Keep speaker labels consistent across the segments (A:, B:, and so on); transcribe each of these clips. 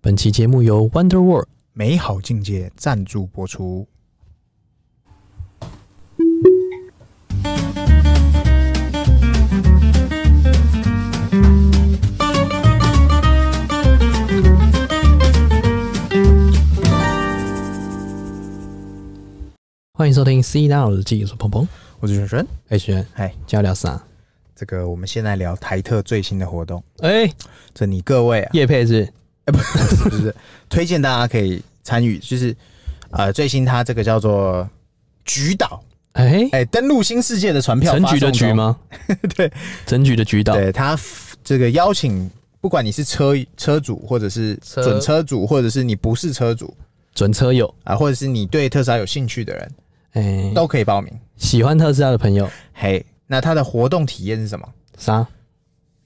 A: 本期节目由 Wonder World
B: 美好境界赞助播出。
A: 欢迎收听《C 大佬日记》，我是鹏鹏，
B: 我是璇璇，
A: 哎，轩，
B: 哎，
A: 今天要聊啥？
B: 这个我们现在聊台特最新的活动，
A: 哎，
B: 这你各位啊，
A: 叶佩是
B: 是不是推荐大家可以参与，就是呃最新它这个叫做菊岛，
A: 哎，
B: 哎、登陆新世界的船票
A: 陈
B: 发
A: 局的
B: 送中
A: 局？吗？
B: 对，
A: 陈局的局岛，
B: 对他这个邀请，不管你是车车主，或者是
A: 车
B: 准车主，或者是你不是车主
A: 准车友，
B: 啊、或者是你对特斯拉有兴趣的人，
A: 哎，
B: 都可以报名。
A: 喜欢特斯拉的朋友，
B: 嘿，那它的活动体验是什么？
A: 啥？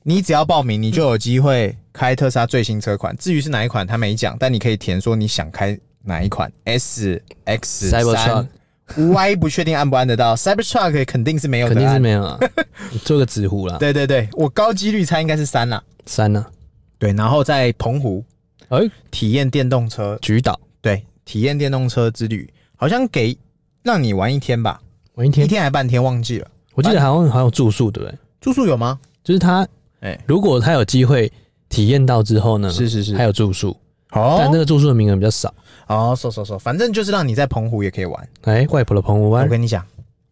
B: 你只要报名，你就有机会开特斯拉最新车款。至于是哪一款，他没讲，但你可以填说你想开哪一款，S、X、
A: Cybertruck
B: 三、Y 不确定按不按得到，Cybertruck 肯定是没有的
A: 肯
B: 按，
A: 定是没有 啊，你做个纸糊啦，
B: 对对对，我高几率猜应该是三啦。
A: 三啊呢？
B: 对，然后在澎湖
A: 哎，
B: 体验电动车，
A: 局岛
B: 对，体验电动车之旅，好像给让你玩一天吧，
A: 玩一
B: 一
A: 天，
B: 天还半天忘记了。
A: 我记得好像还有住宿，对不对？
B: 住宿有吗？
A: 就是他
B: 哎，
A: 如果他有机会体验到之后呢，
B: 是
A: 还有住宿，但
B: 哦
A: 那个住宿的名额比较少。
B: 哦，收收收，反正就是让你在澎湖也可以玩。
A: 哎，外婆的澎湖
B: 我
A: 湾
B: 跟你讲，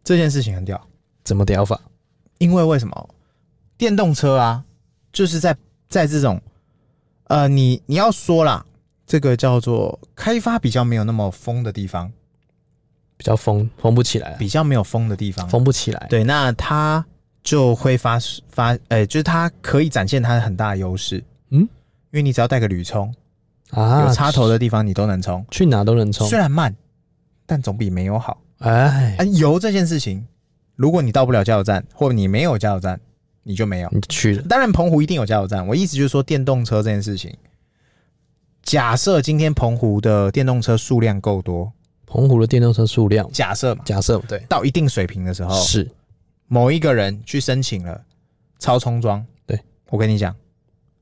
B: 这件事情很屌。
A: 怎么屌法？
B: 因为为什么电动车啊，就是在在这种，呃，你你要说啦，这个叫做开发比较没有那么疯的地方，
A: 比较疯，疯不起来啊，
B: 比较没有疯的地方，
A: 疯不起来。
B: 对，那它就会发发，呃、就是它可以展现它的很大的优势，
A: 嗯
B: 因为你只要带个铝充，
A: 啊，
B: 有插头的地方你都能充，
A: 去哪都能充
B: 虽。然慢，但总比没有好。
A: 哎
B: 啊，，油这件事情，如果你到不了加油站，或你没有加油站，你就没有。
A: 你去了，
B: 当然，澎湖一定有加油站。我意思就是说，电动车这件事情，假设今天澎湖的电动车数量够多，
A: 澎湖的电动车数量，
B: 假设嘛，
A: 假设对
B: 到一定水平的时候，
A: 是
B: 某一个人去申请了超充桩，
A: 对
B: 我跟你讲，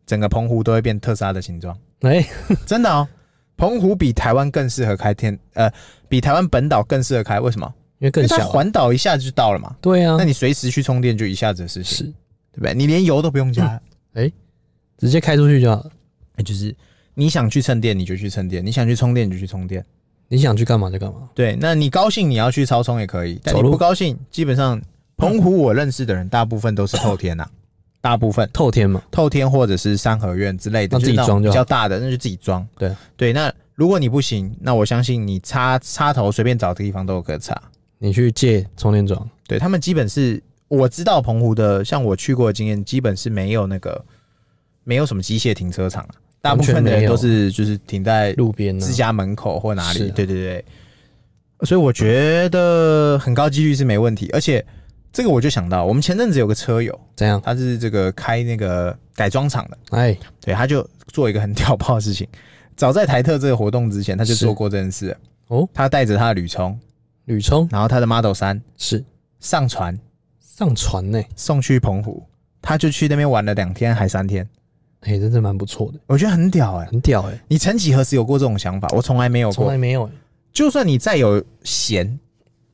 B: 整个澎湖都会变特斯拉的形 状，
A: 哎，
B: 真的哦。澎湖比台湾更适合开天，呃，比台湾本岛更适合开，为什么？
A: 因为
B: 因
A: 更
B: 为它
A: 小啊。
B: 环岛一下子就到了嘛，
A: 对啊
B: 那，你随时去充电就一下子的事情，
A: 是
B: 对不对？你连油都不用加，
A: 直接开出去就好了。
B: 哎就是你想去蹭电你就去蹭电，你想去充电你就去充电。
A: 你想去干嘛就干嘛。
B: 对，那你高兴你要去超充也可以，但
A: 走
B: 你
A: 路
B: 不高兴，基本上澎湖我认识的人大部分都是透天呐、大部分
A: 透天嘛，
B: 透天或者是三合院之类的，
A: 那自己
B: 就是
A: 装
B: 种
A: 就好
B: 比较大的，那就自己装。
A: 对
B: 对，那如果你不行，那我相信你插插头随便找个地方都有个插。
A: 你去借充电桩，
B: 对他们基本是我知道澎湖的，像我去过的经验，基本是没有那个没有什么机械停车场啊，大部分的
A: 完全没
B: 人
A: 有
B: 都是就是停在
A: 路边啊呢
B: 自，家门口或哪
A: 是
B: 里，
A: 啊
B: 对对对。所以我觉得很高几率是没问题，而且这个我就想到，我们前阵子有个车友，
A: 怎样？
B: 他是这个开那个改装厂的，
A: 哎，
B: 对，他就做一个很屌爆的事情。早在台特这个活动之前，他就是做过这件事了。
A: 哦
B: 他带着他的铝充，
A: 铝充
B: 然后他的 Model 三
A: 是
B: 上船
A: 上船呢，
B: 送去澎湖，他就去那边玩了两天还三天，
A: 哎，真的蛮不错的，
B: 我觉得很屌哎、
A: 很屌哎，
B: 你曾几何时有过这种想法？我从来没有
A: 从
B: 过
A: 来。没有哎
B: 就算你再有闲，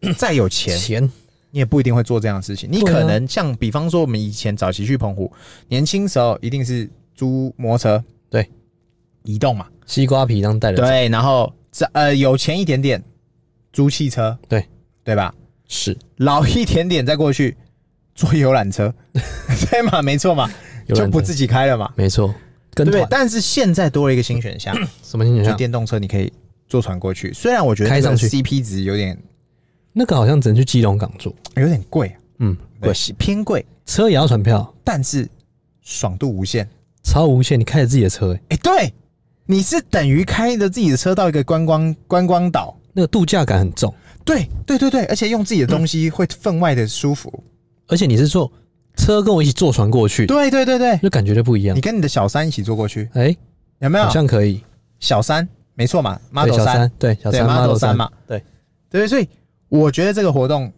B: 再有钱
A: 哎，，钱
B: 你也不一定会做这样的事情。你
A: 对啊
B: 可能像比方说，我们以前早期去澎湖，年轻时候一定是租摩托车，
A: 对，
B: 移动嘛，
A: 西瓜皮当带的，，
B: 对，然后这呃有钱一点点租汽车，
A: 对，
B: 对吧？
A: 是
B: 老一点点再过去坐游 览车，对嘛？没错嘛，
A: 有
B: 就
A: 人
B: 不自己开了嘛，
A: 没错，
B: 对
A: 跟
B: 不对
A: 团？
B: 但是现在多了一个新选项，
A: 什么形
B: 就
A: 象？
B: 电动车，你可以坐船过去。虽然我觉得
A: 开上去
B: CP 值有点
A: 那个好像只能去基隆港住，
B: 有点贵啊，
A: 嗯，
B: 对
A: 对，，
B: 偏贵，
A: 车也要船票，
B: 但是爽度无限。
A: 超无限，你开着自己的车、欸，
B: 哎、对，你是等于开着自己的车到一个观光观光岛，
A: 那个度假感很重，
B: 对对对对，而且用自己的东西会分外的舒服。
A: 而且你是坐车跟我一起坐船过去，
B: 对对对对，
A: 就感觉就不一样
B: 你。跟你的小三一起坐过去，
A: 哎、
B: 有没有
A: 好？像可以。
B: 小三，没错嘛
A: 对
B: ，Model
A: 小
B: 三，
A: 三，对小
B: 对
A: 三
B: Model
A: 三
B: 嘛，
A: 对，
B: 对，所以我觉得这个活动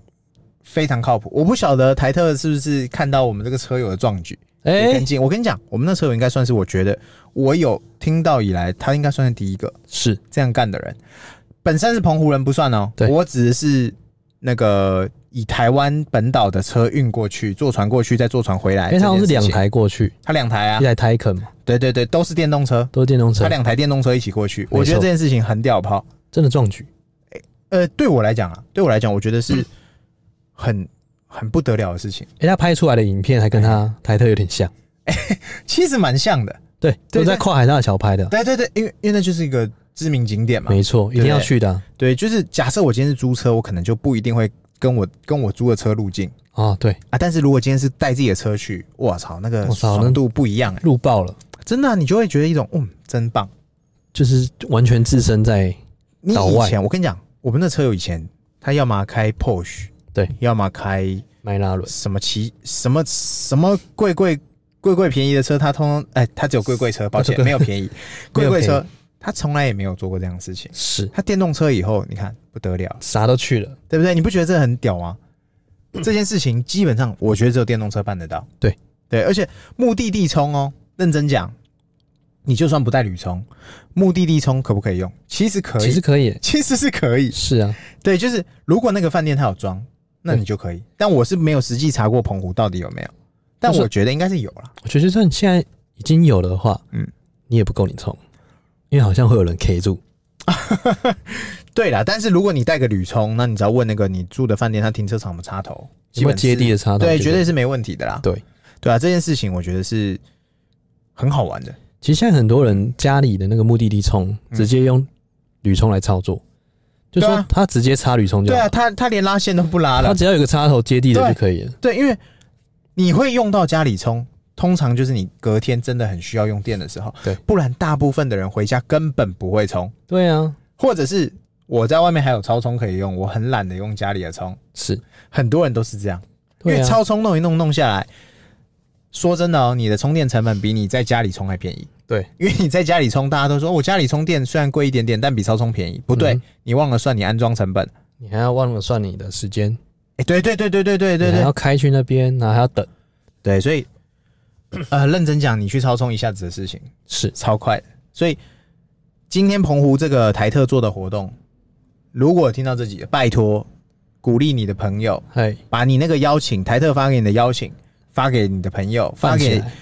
B: 非常靠谱。我不晓得台特是不是看到我们这个车友的壮举，
A: 哎、
B: 跟进。我跟你讲，我们那车友应该算是我觉得我有听到以来，他应该算是第一个
A: 是
B: 这样干的人。本身是澎湖人不算哦，
A: 对
B: 我指的是那个以台湾本岛的车运过去，坐船过去，再坐船回来。
A: 因为哎它好像是两
B: 这件事情，
A: 台过去，
B: 他两台啊
A: 一，台 Taycan 嘛，
B: 对对对，都是电动车，
A: 都是电动车
B: 他，两台电动车一起过去。
A: 错
B: 我觉得这件事情很屌炮。
A: 真的壮举。
B: 呃，对我来讲啊，对我来讲，我觉得是很很不得了的事情，
A: 哎、他拍出来的影片还跟
B: 哎
A: 他台特有点像，
B: 其实蛮像的。
A: 对，
B: 对
A: 都在
B: 对
A: 跨海大桥拍的，
B: 对对对，因为因为那就是一个知名景点嘛，
A: 没错，一定要去的啊
B: 对，就是假设我今天是租车，我可能就不一定会跟我跟我租的车路径
A: 啊，对，
B: 啊。但是如果今天是带自己的车去，我操，那个
A: 我操
B: 爽度不一样、欸，
A: 路爆了，
B: 真的啊、你就会觉得一种，嗯，真棒。
A: 就是完全置身在
B: 你
A: 岛
B: 以
A: 外
B: 前，我跟你讲，我们的车友以前，他要么开 Porsche，
A: 对，
B: 要么开
A: 迈拉伦，
B: 什么奇什么什么贵贵贵贵便宜的车，他通通哎，他只有贵贵车，抱
A: 啊
B: 歉，
A: 对
B: 没有便宜，
A: 没
B: 贵
A: 有
B: 贵车
A: 便，
B: 他从来也没有做过这样的事情。
A: 是
B: 他电动车以后，你看不得了，
A: 啥都去了，
B: 对不对？你不觉得这很屌 吗？这件事情基本上，我觉得只有电动车办得到。
A: 对
B: 对，而且目的地冲哦，认真讲，你就算不带铝冲，目的地冲可不可以用？其实可以，
A: 其实可以，
B: 其实是可以。
A: 是啊，
B: 对，就是如果那个饭店它有装，那
A: 对
B: 你就可以。但我是没有实际查过澎湖到底有没有，但
A: 就是
B: 我觉得应该是有啦。
A: 我觉得就算现在已经有了的话，
B: 嗯
A: 嗯，你也不够你冲，因为好像会有人 K 住，
B: 对啦，但是如果你带个铝冲，那你只要问那个你住的饭店，它停车场有没有插头，
A: 有没有
B: 基本是
A: 接地的插头？
B: 对，
A: 我觉
B: 绝
A: 得
B: 对是没问题的啦。
A: 对。
B: 对啊，这件事情我觉得是很好玩的。
A: 其实现在很多人家里的那个目的地冲，
B: 嗯
A: 直接用铝冲来操作，就
B: 对
A: 说
B: 啊
A: 他直接插铝冲就
B: 对
A: 好
B: 啊，
A: 了，
B: 他他连拉线都不拉
A: 他
B: 了。
A: 只要有个插头接地的
B: 对
A: 就可以了。
B: 对，因为你会用到家里充，通常就是你隔天真的很需要用电的时候。
A: 对
B: 不然大部分的人回家根本不会充，
A: 对啊，
B: 或者是我在外面还有超充可以用，我很懒得用家里的充。
A: 是，
B: 很多人都是这样，因
A: 对
B: 为
A: 啊，
B: 超充弄一弄弄下来，说真的哦，你的充电成本比你在家里充还便宜。
A: 对，
B: 因为你在家里充，大家都说哦我家里充电虽然贵一点点，但比超充便宜。不对，
A: 嗯
B: 你忘了算你安装成本。
A: 你还要忘了算你的时间，
B: 哎、对对对对对对对
A: 你
B: 对
A: 还，要开去那边，然后还要等，
B: 对，所以呃，认真讲，你去超充一下子的事情
A: 是
B: 超快的。所以今天澎湖这个台特做的活动，如果听到这集，拜托鼓励你的朋友，
A: 哎，
B: 把你那个邀请台特发给你的邀请发给你的朋友，发
A: 放起
B: 给
A: 来。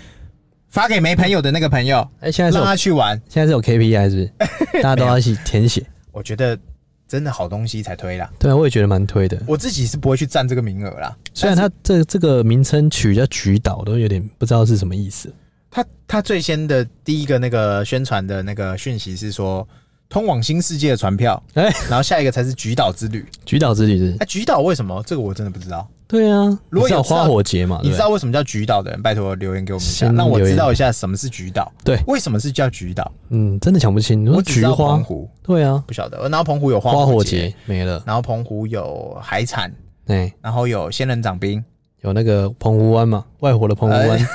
B: 发给没朋友的那个朋友，
A: 哎，现在是
B: 让
A: 有
B: 他去玩。
A: 现在是有 KPI 是不 是？大家都要一起填写。
B: 我觉得真的好东西才推啦，
A: 对啊，我也觉得蛮推的。
B: 我自己是不会去占这个名额啦。
A: 虽然
B: 但是
A: 它这这个名称取叫“菊岛”，都有点不知道是什么意思。
B: 他他最先的第一个那个宣传的那个讯息是说，通往新世界的船票，
A: 哎
B: 然后下一个才是菊岛之旅。
A: 菊岛之旅是
B: 哎、？菊岛为什么？这个我真的不知道。
A: 对啊，
B: 如果
A: 你知道
B: 有知道
A: 花火节嘛，
B: 你知
A: 对
B: 道为什么叫菊岛的人，拜托留言给我们一下，
A: 啊先
B: 让我
A: 留言
B: 知道一下什么是菊岛。
A: 对
B: 为什么是叫菊岛？
A: 不对嗯，真的讲不清。你
B: 我
A: 说
B: 只知
A: 菊
B: 道
A: 花
B: 澎，湖，
A: 对啊，
B: 不晓得。然后澎湖有
A: 花
B: 火
A: 火，节没了，
B: 然后澎湖有海产，
A: 哎，
B: 然后有仙人掌冰。
A: 有那个澎湖湾嘛，外火的澎湖湾，哎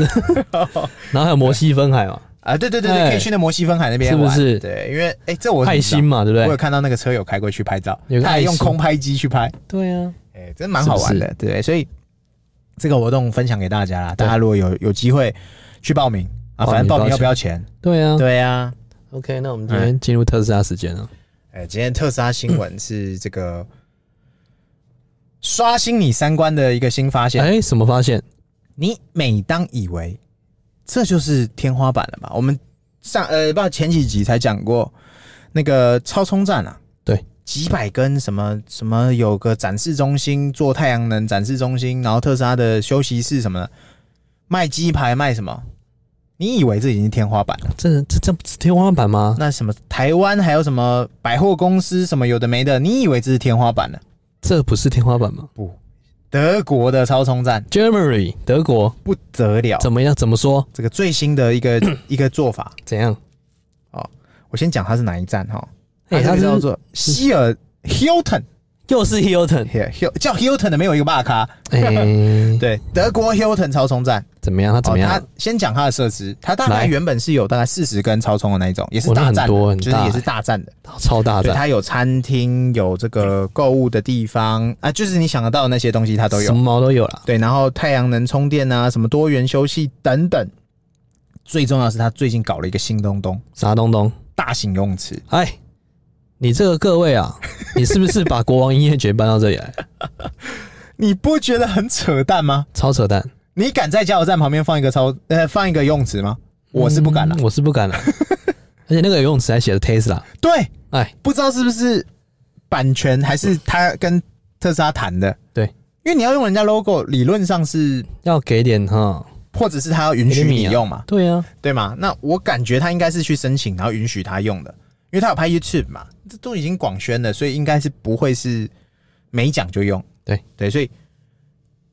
A: 然后还有摩西分海嘛，
B: 啊，对对对对，
A: 哎
B: 可以去那摩西分海那边
A: 是不
B: 玩
A: 是
B: 对，因为哎、这我怎么
A: 爱
B: 知道
A: 心，嘛，对不
B: 我有
A: 对？
B: 看到那个车友开过去拍照
A: 有，个
B: 他还
A: 爱
B: 用
A: 心
B: 空拍机去拍。
A: 对啊，
B: 哎、真蛮好玩的，对，所以这个活动分享给大家啦，大家如果有有机会去报名啊，
A: 报名
B: 反正报
A: 多少钱
B: 名要不要钱？
A: 对哎啊。
B: 对啊，
A: OK，那我们今天进入特斯拉时间了。
B: 哎、今天特斯拉新闻是这个刷新你三观的一个新发现，
A: 哎，什么发现？
B: 你每当以为这就是天花板了吧？我们上呃，不知道前几集才讲过那个超充站啊，
A: 对，
B: 几百根什么什么有个展示中心做太阳能展示中心，然后特斯拉的休息室什么的，卖鸡排卖什么？你以为这已经是天花板了？
A: 这这这不是天花板吗？
B: 那什么台湾还有什么百货公司什么有的没的，你以为这是天花板了？
A: 这不是天花板吗
B: 德国的超充站
A: ？Germany 德国
B: 不得了，
A: 怎么样？怎么说？
B: 这个最新的一个 一个做法，
A: 怎样？
B: 我先讲它是哪一站哈，
A: 哎，
B: 它
A: 他
B: 是
A: 是
B: 叫做希尔 Hilton，
A: 又是 Hilton，
B: 嘿 Hil 叫 Hilton 的没有一个骂咖，
A: 哎，
B: 对，德国 Hilton 超充站，
A: 怎么样？它怎么样？
B: 哦、它先讲它的设施，它大概
A: 来
B: 原本是有大概四十根超充的那一种，也是
A: 哦那
B: 大
A: 很
B: 站的，
A: 多很
B: 就是
A: 大
B: 也是
A: 欸
B: 大站的。
A: 超大
B: 对，
A: 站，
B: 它有餐厅，有这个购物的地方啊，就是你想得到的那些东西它都
A: 什
B: 有
A: 么。毛都有了。
B: 对，然后太阳能充电啊，什么多元休息等等。最重要的是，它最近搞了一个新东东，
A: 啥东东？
B: 大型游泳池。
A: 哎，你这个各位 啊，你是不是把国王音乐节搬到这里来？
B: 你不觉得很扯淡吗？
A: 超扯淡！
B: 你敢在加油站旁边放一个超呃放一个游泳池吗？我是不敢了。
A: 嗯我是不敢 了。而且那个游泳池还写了 Tesla，
B: 对，
A: 哎，
B: 不知道是不是版权还是他跟特斯拉谈的？
A: 对，
B: 因为你要用人家 logo，理论上是
A: 要给点哈，
B: 或者是他要允
A: 给
B: 许
A: 点
B: 你
A: 米啊
B: 用嘛，
A: 对啊，
B: 对吗？那我感觉他应该是去申请，然后允许他用的，因为他有拍 YouTube 嘛，这都已经广宣了，所以应该是不会是没讲就用。
A: 对
B: 对，所以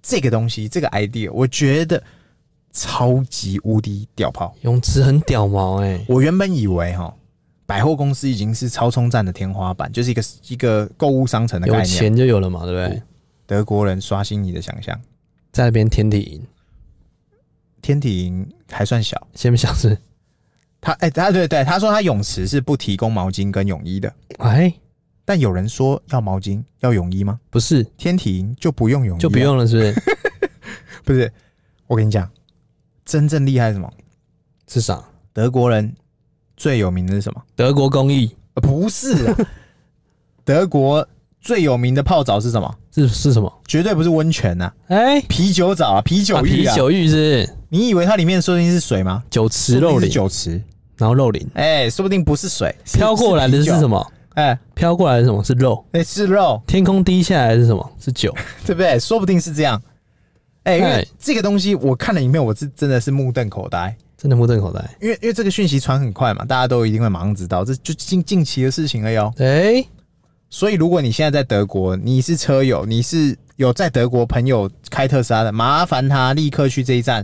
B: 这个东西，这个 idea，我觉得超级无敌屌炮。
A: 泳池很屌毛哎、
B: 我原本以为哈，百货公司已经是超充站的天花板，就是一个一个购物商城的概
A: 有
B: 念。
A: 钱就有了嘛，对不对？
B: 德国人刷新你的想象。
A: 在那边天体营，
B: 天体营还算小，
A: 先不想是，
B: 他哎、他对对，他说他泳池是不提供毛巾跟泳衣的，
A: 哎，
B: 但有人说要毛巾要泳衣吗？
A: 不是
B: 天体营就不用泳衣、啊
A: 就不，用了，是不是？
B: 不是？我跟你讲，真正厉害是什么？
A: 是啥？
B: 德国人最有名的是什么？
A: 德国工艺
B: 呃不是啊， 德国最有名的泡澡是什么？
A: 是是什么？
B: 绝对不是温泉呐、啊，
A: 哎、
B: 啤酒澡啊，啤酒
A: 啊
B: 浴
A: 啤
B: 啊。
A: 酒浴是不是
B: 你以为它里面说不定是水吗？
A: 酒池
B: 说
A: 肉
B: 不定
A: 林
B: 是，酒池，
A: 然后肉林
B: 哎、说不定不是水，是
A: 飘过来的是什？么？
B: 啤酒哎、
A: 飘过来的是什么是肉？
B: 哎、是肉。
A: 天空滴下来的是什么？是酒。
B: 对不对？说不定是这样。哎、因为
A: 哎
B: 这个东西我看了影片，我是真的是目瞪口呆，
A: 真的目瞪口呆。
B: 因为因为这个讯息传很快嘛，大家都一定会马上知道，这就近近期的事情而已哦。
A: 哎、
B: 所以如果你现在在德国，你是车友，你是有在德国朋友开特斯拉的，麻烦他立刻去这一站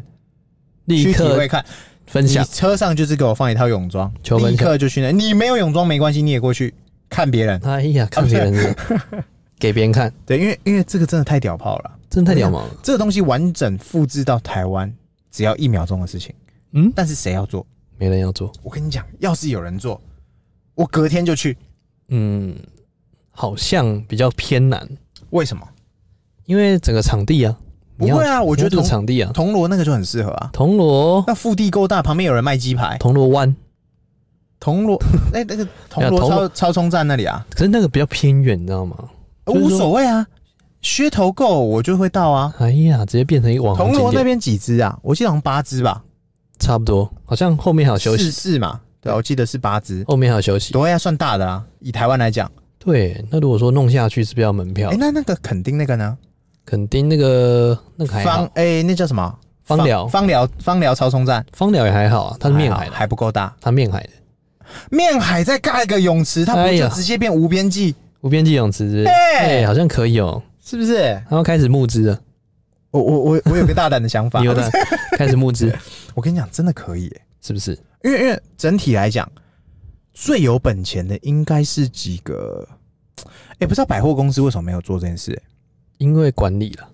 B: 去
A: 立
B: 体
A: 刻
B: 会看，
A: 分
B: 你
A: 享，
B: 车上就是给我放一套泳装，
A: 求分
B: 立
A: 享
B: 刻就去那。你没有泳装没关系，你也过去看别人。
A: 哎呀，看别人的， 给别人看，
B: 对，因为因为这个真的太屌炮了。
A: 真的太屌毛了。
B: 这个东西完整复制到台湾，只要一秒钟的事情。
A: 嗯
B: 但是谁要做？
A: 没人要做，
B: 我跟你讲，要是有人做，我隔天就去。
A: 嗯，好像比较偏难，
B: 为什么？
A: 因为整个场地啊，
B: 不
A: 你要
B: 会啊我觉得
A: 你要这个
B: 同
A: 场地啊，
B: 铜锣那个就很适合啊。
A: 铜锣
B: 那腹地够大，旁边有人卖鸡排。
A: 铜锣湾，
B: 铜锣，哎、那个铜
A: 没有
B: 锣
A: 铜
B: 超
A: 锣
B: 超充站那里啊，
A: 可是那个比较偏远，你知道吗？
B: 呃
A: 就是
B: 无
A: 说
B: 所谓啊，噱头够我就会到啊。
A: 哎呀，直接变成一个网红
B: 铜
A: 景
B: 锣那
A: 点，
B: 边几只啊？我记得好像八只吧，
A: 差不多，好像后面还啊有休
B: 四
A: 息，
B: 四嘛，对，我记得是八只，
A: 后面还有休息。
B: 对呀、算大的啦。以台湾来讲，
A: 对，那如果说弄下去是不是要门票
B: 哎、？那那个垦丁那个呢？
A: 肯定那个那个还
B: 方
A: 好，
B: 哎、那叫什么？
A: 芳寮
B: 芳寮芳寮超充站，
A: 芳寮也还好啊，它是面海
B: 还好
A: 的，
B: 还不够大。
A: 它面海的
B: 面海再盖一个泳池，它不
A: 哎
B: 就
A: 呀
B: 直接变无边际，
A: 无边际泳池是不是，
B: 哎
A: 哎，好像可以哦，
B: 是不是？
A: 然后开始募资了，
B: 我我我我有个大胆的想法，
A: 你 有的开始募资，
B: 我跟你讲，真的可以耶，
A: 是不是？
B: 因为因为整体来讲，最有本钱的应该是几个，哎、不知道百货公司为什么没有做这件事、哎
A: 因为管理了，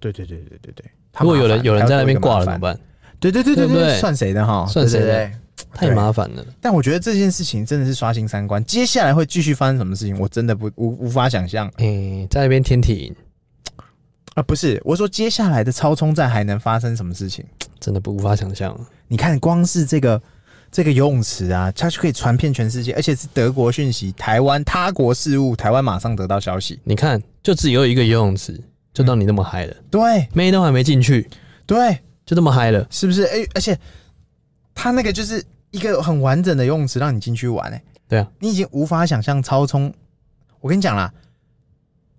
B: 对对对对对对，他
A: 如果有
B: 麻
A: 人
B: 烦
A: 有人在那边挂了，怎
B: 他
A: 么
B: 要多一个麻
A: 办？
B: 烦对对对对
A: 对不
B: 对，
A: 对
B: 算谁的哈？
A: 算谁的
B: 对对对
A: 太麻烦了。
B: 但我觉得这件事情真的是刷新三观，接下来会继续发生什么事情，我真的不无无法想象啊、啊
A: 诶、在那边天体营
B: 不是，我说接下来的超充站还能发生什么事情？
A: 真的不无法想象啊了，
B: 你看，光是这个这个游泳池啊，它就可以传遍全世界，而且是德国讯息，台湾他国事务，台湾马上得到消息。
A: 你看，就只有一个游泳池，就让你那么嗨了，
B: 对
A: 妹都还没进去，
B: 对，
A: 就这么嗨了，
B: 是不是？哎、而且它那个就是一个很完整的游泳池，让你进去玩、哎，
A: 对啊，
B: 你已经无法想象超充。我跟你讲啦，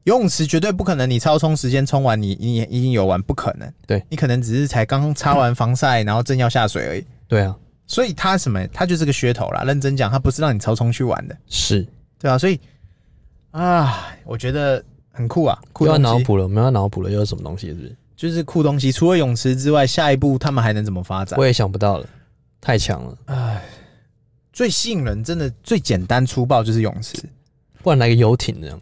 B: 游泳池绝对不可能，你超充时间充完，你你已经游完，不可能。
A: 对
B: 你可能只是才刚擦完防晒，然后正要下水而已。
A: 对啊，
B: 所以它什么？它就是个噱头啦。认真讲，它不是让你超充去玩的。
A: 是
B: 对啊，所以啊，我觉得很酷啊，酷
A: 又要脑
B: 东西
A: 补了，我们要脑补了，又是什么东西？是不是？
B: 就是酷东西。除了泳池之外，下一步他们还能怎么发展
A: 我？也想不到了，太强了，
B: 最吸引人，真的最简单粗暴就是泳池，
A: 不然来个游艇这样，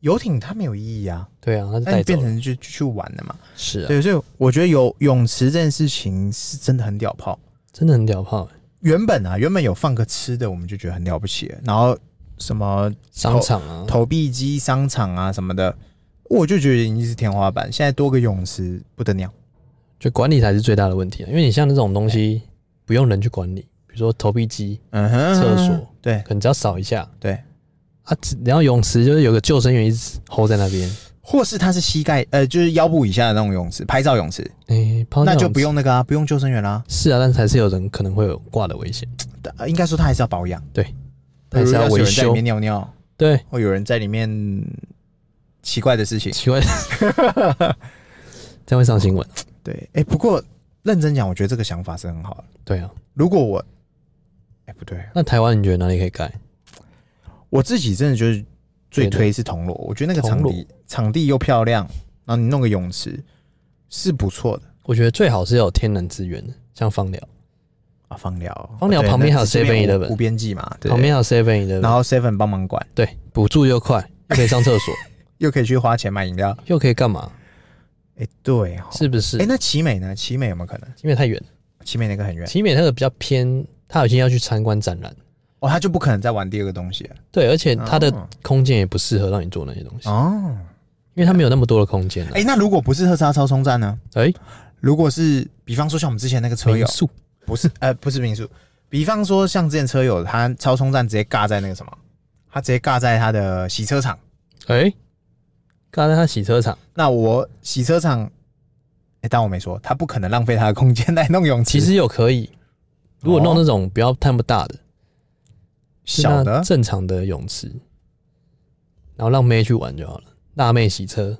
B: 游艇它没有意义啊，
A: 对啊，它就
B: 那
A: 带
B: 你
A: 走
B: 变
A: 了。
B: 成去去玩了嘛。
A: 是啊，
B: 对，所以我觉得游泳池这件事情是真的很屌炮。
A: 真的很屌炮、欸。
B: 原本啊，原本有放个吃的，我们就觉得很了不起了，然后什么
A: 商场啊，
B: 投币机、商场啊什么的，我就觉得已经是天花板。现在多个泳池不得了，
A: 就管理才是最大的问题啊。因为你像那种东西，不用人去管理，比如说投币机，
B: 嗯哼
A: 厕所
B: 对
A: 可能只要扫一下
B: 对，
A: 啊，只然后泳池就是有个救生员一直 hold 在那边，
B: 或是它是膝盖呃就是腰部以下的那种泳池，拍照泳池，
A: 哎、抛
B: 那
A: 那
B: 就不用那个啊，不用救生员啦、
A: 是啊，但是还是有人可能会有挂的危险，
B: 但呃应该说它还是要保养，
A: 还是
B: 比
A: 维
B: 如有人在里
A: 修
B: 面。尿尿，
A: 对，
B: 或有人在里面奇怪的事情。
A: 奇怪， 这样会上新闻。
B: 对，哎、不过认真讲，我觉得这个想法是很好的。
A: 对啊，
B: 如果我，哎、不对，
A: 那台湾你觉得哪里可以盖？
B: 我自己真的就是最推是铜锣，我觉得那个场
A: 铜
B: 地场地又漂亮，然后你弄个泳池是不错的
A: 我觉得最好是有天然资源的，像放疗
B: 啊。芳疗，
A: 芳疗
B: 对
A: 旁边还有
B: 那这边
A: 7-Eleven
B: 无无边际嘛，对
A: 旁边还有 Seven 的，
B: 然后 Seven 帮忙管，
A: 对补助又快，又可以上厕 所，
B: 又可以去花钱买饮料。
A: 又可以干嘛？
B: 哎、对哦，
A: 是不是？
B: 哎、那奇美呢？奇美有没有可能？
A: 因为太远了，
B: 奇美那个很远
A: 奇美那个比较偏，他有些要去参观展览，
B: 哦，他就不可能再玩第二个东西了
A: 对，而且它的
B: 哦
A: 空间也不适合让你做那些东西，
B: 哦。
A: 因为它没有那么多的空间啊了
B: 哎、。那如果不是特斯拉超充站呢？
A: 哎，
B: 如果是比方说像我们之前那个车
A: 民
B: 友，
A: 宿
B: 不是，呃，不是民宿。比方说，像之前车友他超充站直接尬在那个什么，他直接尬在他的洗车场。
A: 哎，刚才他洗车场，
B: 那我洗车场，哎、当我没说，他不可能浪费他的空间来弄泳池。
A: 其实有可以，如果弄那
B: 哦
A: 种不要太么大的，就
B: 小
A: 那
B: 的，
A: 正常的泳池，然后让妹去玩就好了。辣妹洗 车，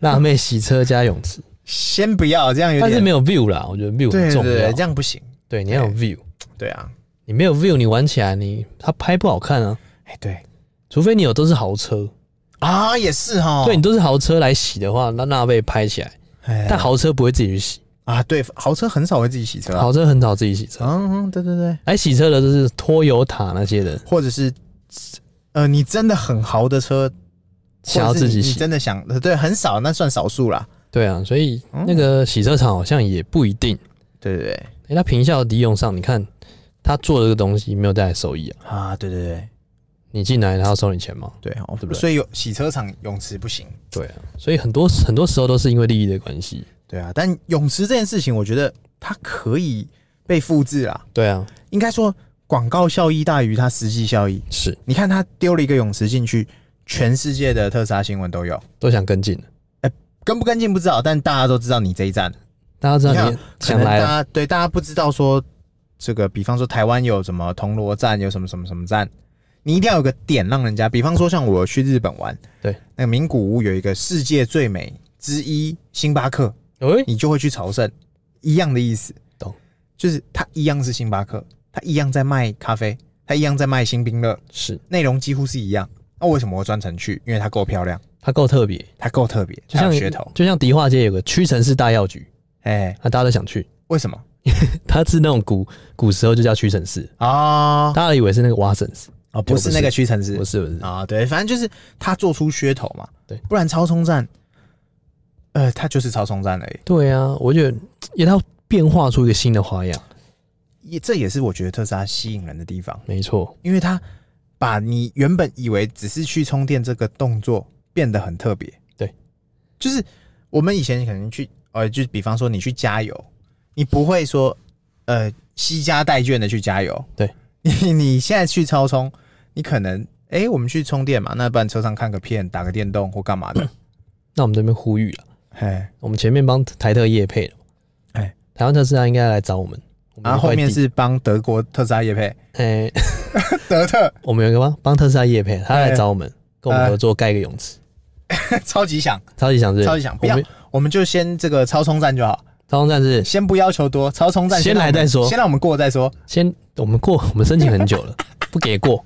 A: 辣妹洗车加泳池，
B: 先不要，这样有
A: 但是
B: 点
A: 没有 view 啦，我觉得 view
B: 对
A: 很
B: 对
A: 重要。
B: 对，这样不行。
A: 对你要有 view，
B: 对啊，
A: 你没有 view，你玩起来你它拍不好看啊。
B: 哎、对
A: 除非你有都是豪车，
B: 啊，也是哈。
A: 对你都是豪车来洗的话，那那被拍起来。
B: 哎，
A: 但豪车不会自己去洗，
B: 啊，对，豪车很少会自己洗车、啊。
A: 豪车很少自己洗车。
B: 嗯，嗯对对对，
A: 来洗车的都是拖油塔那些的，
B: 或者是，呃，你真的很豪的车，
A: 想要
B: 或者是
A: 自己
B: 你你
A: 洗。
B: 真的想，呃对，很少，那算少数啦。
A: 对啊，所以
B: 哦
A: 那个洗车场好像也不一定。
B: 对对对，
A: 哎、他平效利用上，你看他做这个东西没有带来收益啊？
B: 啊，对对对
A: 你进来他要收你钱吗？
B: 对，哦
A: 对不对
B: 所以有洗车场泳池不行，
A: 对啊，所以很多很多时候都是因为利益的关系。
B: 对啊，但泳池这件事情，我觉得它可以被复制啦，
A: 对啊，
B: 应该说广告效益大于它实际效益。
A: 是
B: 你看，他丢了一个泳池进去，全世界的特斯拉新闻都有，
A: 都想跟进的。
B: 跟不跟进不知道，但大家都知道你这一站，
A: 大家知道
B: 你
A: 你
B: 可
A: 想
B: 能
A: 来
B: 大
A: 了，
B: 家对大家不知道说这个，比方说台湾有什么铜锣站，有什么什么什么站，你一定要有个点让人家，比方说像我去日本玩，
A: 对，
B: 那个名古屋有一个世界最美之一星巴克，
A: 哎、
B: 你就会去朝圣，一样的意思，
A: 懂？
B: 就是它一样是星巴克，它一样在卖咖啡，它一样在卖新冰乐，
A: 是
B: 内容几乎是一样。那、为什么我专程去？因为它够漂亮，
A: 它够特别，
B: 它够特别，
A: 就
B: 它有
A: 像
B: 噱头。
A: 就像迪化街有个屈臣氏大药局，
B: 哎、
A: 啊，大家都想去。
B: 为什么
A: 它是那种古古时候就叫屈臣氏，
B: 啊？
A: 大家以为是那个 Watsons，
B: 哦，不是那个屈臣氏
A: 不，是不是，
B: 啊，对，反正就是他做出噱头嘛，
A: 对
B: 不然超充站，呃，他就是超充站而已，
A: 对啊，我觉得也要变化出一个新的花样，
B: 也这也是我觉得特斯拉吸引人的地方，
A: 没错，
B: 因为他把你原本以为只是去充电这个动作变得很特别，
A: 对，
B: 就是我们以前可能去，呃，就比方说你去加油，你不会说，呃，惜家带眷的去加油，
A: 对
B: 你你现在去超充，你可能，哎、我们去充电嘛，那不然车上看个片，打个电动或干嘛 的，
A: 那我们这边呼吁了，啊
B: 嘿。
A: 我们前面帮台特业配了，
B: 哎
A: 台湾特斯拉应该来找我们，我们
B: 然
A: 有
B: 后
A: 一块
B: 后面
A: 地
B: 是帮德国特斯拉业配，
A: 哎、
B: 德特
A: 我们有一个帮帮特斯拉业配，他
B: 哎
A: 来找我们，跟我们合作盖一个泳池，
B: 超级想，
A: 超级想是
B: 超级想，不
A: 我
B: 要
A: 们，
B: 我们就先这个超充站就好，
A: 超空战士
B: 先不要求多，超充站
A: 先
B: 让
A: 来
B: 我们
A: 再说
B: 先让我们过再说。
A: 先我们过，我们申请很久 了，不给过，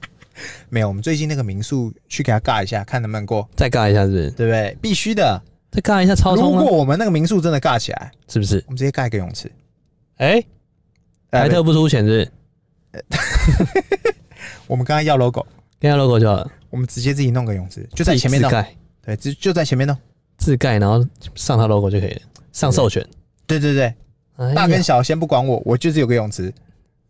B: 没有，我们最近那个民宿去给他尬一下，看能不能过，
A: 再尬一下是不是？
B: 对不对？必须的。
A: 再尬一下超
B: 如
A: 充
B: 果
A: 啊，
B: 我们那个民宿真的尬起来，
A: 是不是？
B: 我们直接盖一个泳池，
A: 哎、
B: 呃
A: 台特不出钱是不是？
B: 我们刚刚要 logo，
A: 跟他 logo 就好了，
B: 我们直接自己弄个泳池，就在前面
A: 自
B: 弄，
A: 盖
B: 对，就就在前面弄，
A: 自盖，然后上它 logo 就可以了，上授权。
B: 对对对，
A: 哎呀
B: 大跟小先不管我，我就是有个泳池，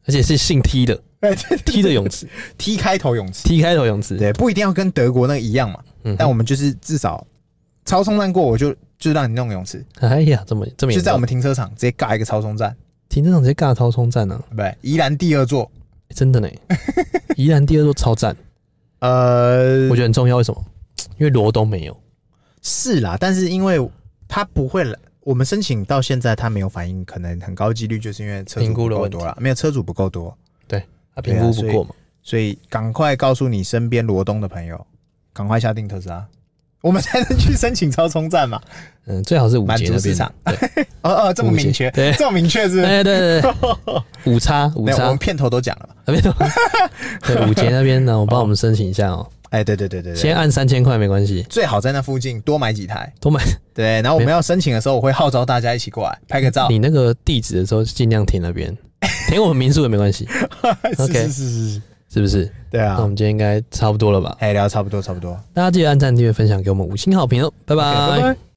A: 而且是姓 T 的
B: 哎对对对
A: ，T 的泳 池
B: ，T 开头泳池，
A: ，T 开头泳池。
B: 对，不一定要跟德国那个一样嘛，
A: 嗯，
B: 但我们就是至少超充站过，我就就让你弄泳池，
A: 哎呀，这么这么
B: 就
A: 严
B: 在
A: 重
B: 我们停车场直接尬一个超充站，
A: 停车场直接尬超充站呢、啊
B: 对不对？宜兰第二座，
A: 欸真的 呢。宜兰第二座超赞，
B: 呃
A: 我，觉得很重要。为什么？因为罗东没有，
B: 是啦，但是因为他不会来，我们申请到现在他没有反应，可能很高几率就是因为车主
A: 评估
B: 不
A: 的
B: 够
A: 问题
B: 多啦，没有车主不够多，
A: 他
B: 对
A: 评
B: 啊
A: 估不过嘛。
B: 所以赶快告诉你身边罗东的朋友，赶快下定特斯拉， 我们才能去申请超充站嘛。
A: 嗯，最好是五
B: 满
A: 节
B: 足
A: 那
B: 市
A: 边
B: 场
A: 的。对，
B: 哦哦，这么
A: 五节
B: 明确，
A: 对
B: 这么明确是不是？
A: 哎对对对，五叉五
B: 没有，我
A: 叉
B: 们片头都讲了嘛。
A: 那边 的，对五节那边呢，我帮我们申请一下哦，
B: 哎，对对对对对，
A: 先按三千块没关系，
B: 最好在那附近多买几台。
A: 都买。
B: 对，然后我们要申请的时候，我会号召大家一起过来拍个照。
A: 你那个地址的时候尽量停那 边，停我们民宿也没关系，
B: 是
A: OK 嗯
B: 是是是是，
A: 是不是？
B: 对
A: 那我
B: 啊。
A: 们今天应该差不多了吧？
B: 哎，聊得差不多差不多，
A: 大家记得按赞、订阅、分享给我们五星好评哦，拜
B: 拜
A: 拜。
B: 拜。